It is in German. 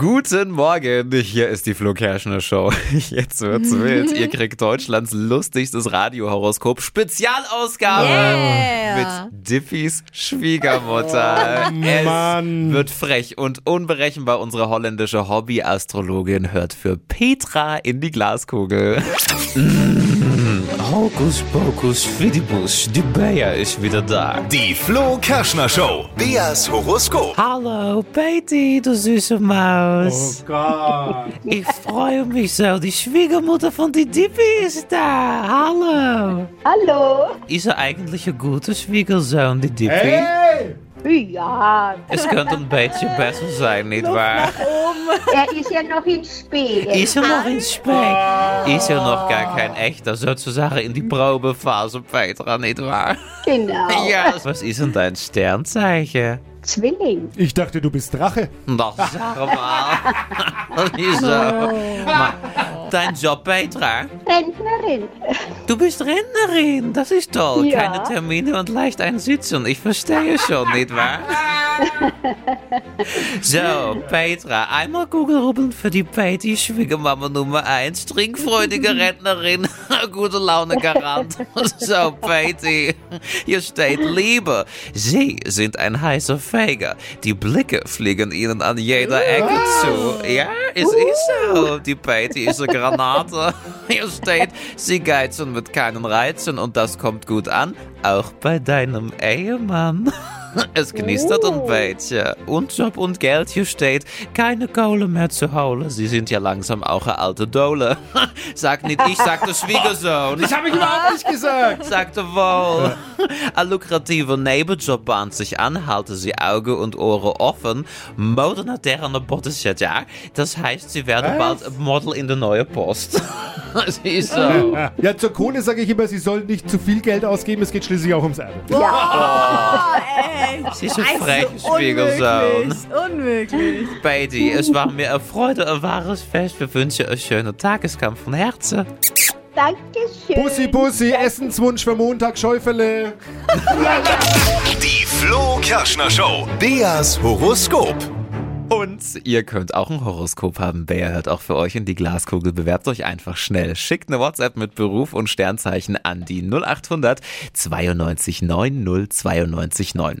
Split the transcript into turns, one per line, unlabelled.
Guten Morgen, hier ist die Flo Kerschner Show. Jetzt wird's wild. Ihr kriegt Deutschlands lustigstes Radiohoroskop Spezialausgabe
Yeah.
mit Diffys Schwiegermutter. es
Mann.
wird frech und unberechenbar. Unsere holländische Hobby-Astrologin hört für Petra in die Glaskugel.
Mm. Hokus Pokus Fidibus, die Bayer ist wieder da.
Die Flo Kerschner Show. Beas Horoskop.
Hallo Betty, du süße Maus.
Gott.
Ich freue mich so, die Schwiegermutter von die Dippy ist da. Hallo.
Hallo.
Ist er eigentlich ein guter Schwiegersohn, die Dippy?
Hey!
Ja,
Es könnte een beetje besser zijn, nietwaar?
er ist ja noch in Spee.
Is er nog in Speck? Is er nog gar kein echter, sozusagen in die Probephase, Petra, nietwaar?
Genau.
Ja. Was ist denn dein Sternzeichen?
Zwilling.
Ich dachte, du bist Drache.
Nog zeg maar. Niet zo. Maar, dein Job, Petra?
Rentnerin.
Du bist Rennerin, das ist toll.
Ja.
Keine Termine und leicht ein Sitzen. Ich verstehe schon, nicht wahr? so, Petra, einmal Kugelrubbeln für die Patty, Schwiegermama Nummer 1, trinkfreudige Rentnerin, gute Laune Garant. so, Patty, hier steht Liebe. Sie sind ein heißer Feger. Die Blicke fliegen ihnen an jeder Ecke zu. Ja, es ist so. Die Patty ist eine Granate. Hier steht, sie geizen mit keinen Reizen und das kommt gut an, auch bei deinem Ehemann. Es knistert ein bisschen. Und Job und Geld hier steht, keine Kohle mehr zu holen. Sie sind ja langsam auch eine alte Dole. Sag nicht ich, sag der Schwiegersohn.
Das habe ich überhaupt nicht gesagt.
Sagte wohl. Ein lukrativer Nebenjob bahnt sich an, halte sie Augen und Ohren offen. Mode nach deren Botteschat, ja. Das heißt, sie werden
Was?
bald ein Model in der neue Post. sie ist
Oh.
so.
Ja, zur Kohle sage ich immer, sie sollen nicht zu viel Geld ausgeben, es geht schließlich auch ums Erbe.
Oh, Echt? Also
Sie ist ein frecher Schwiegersohn.
Unmöglich. Unmöglich.
Beidi, es war mir eine Freude, ein wahres Fest. Wir wünschen euch schönen Tageskampf von Herzen.
Dankeschön.
Bussi, Bussi, Essenswunsch für Montag, Schäufele.
Die Flo Kerschner Show. Beas Horoskop.
Und ihr könnt auch ein Horoskop haben. Bär hört auch für euch in die Glaskugel. Bewerbt euch einfach schnell. Schickt eine WhatsApp mit Beruf und Sternzeichen an die 0800 92 90 92 9.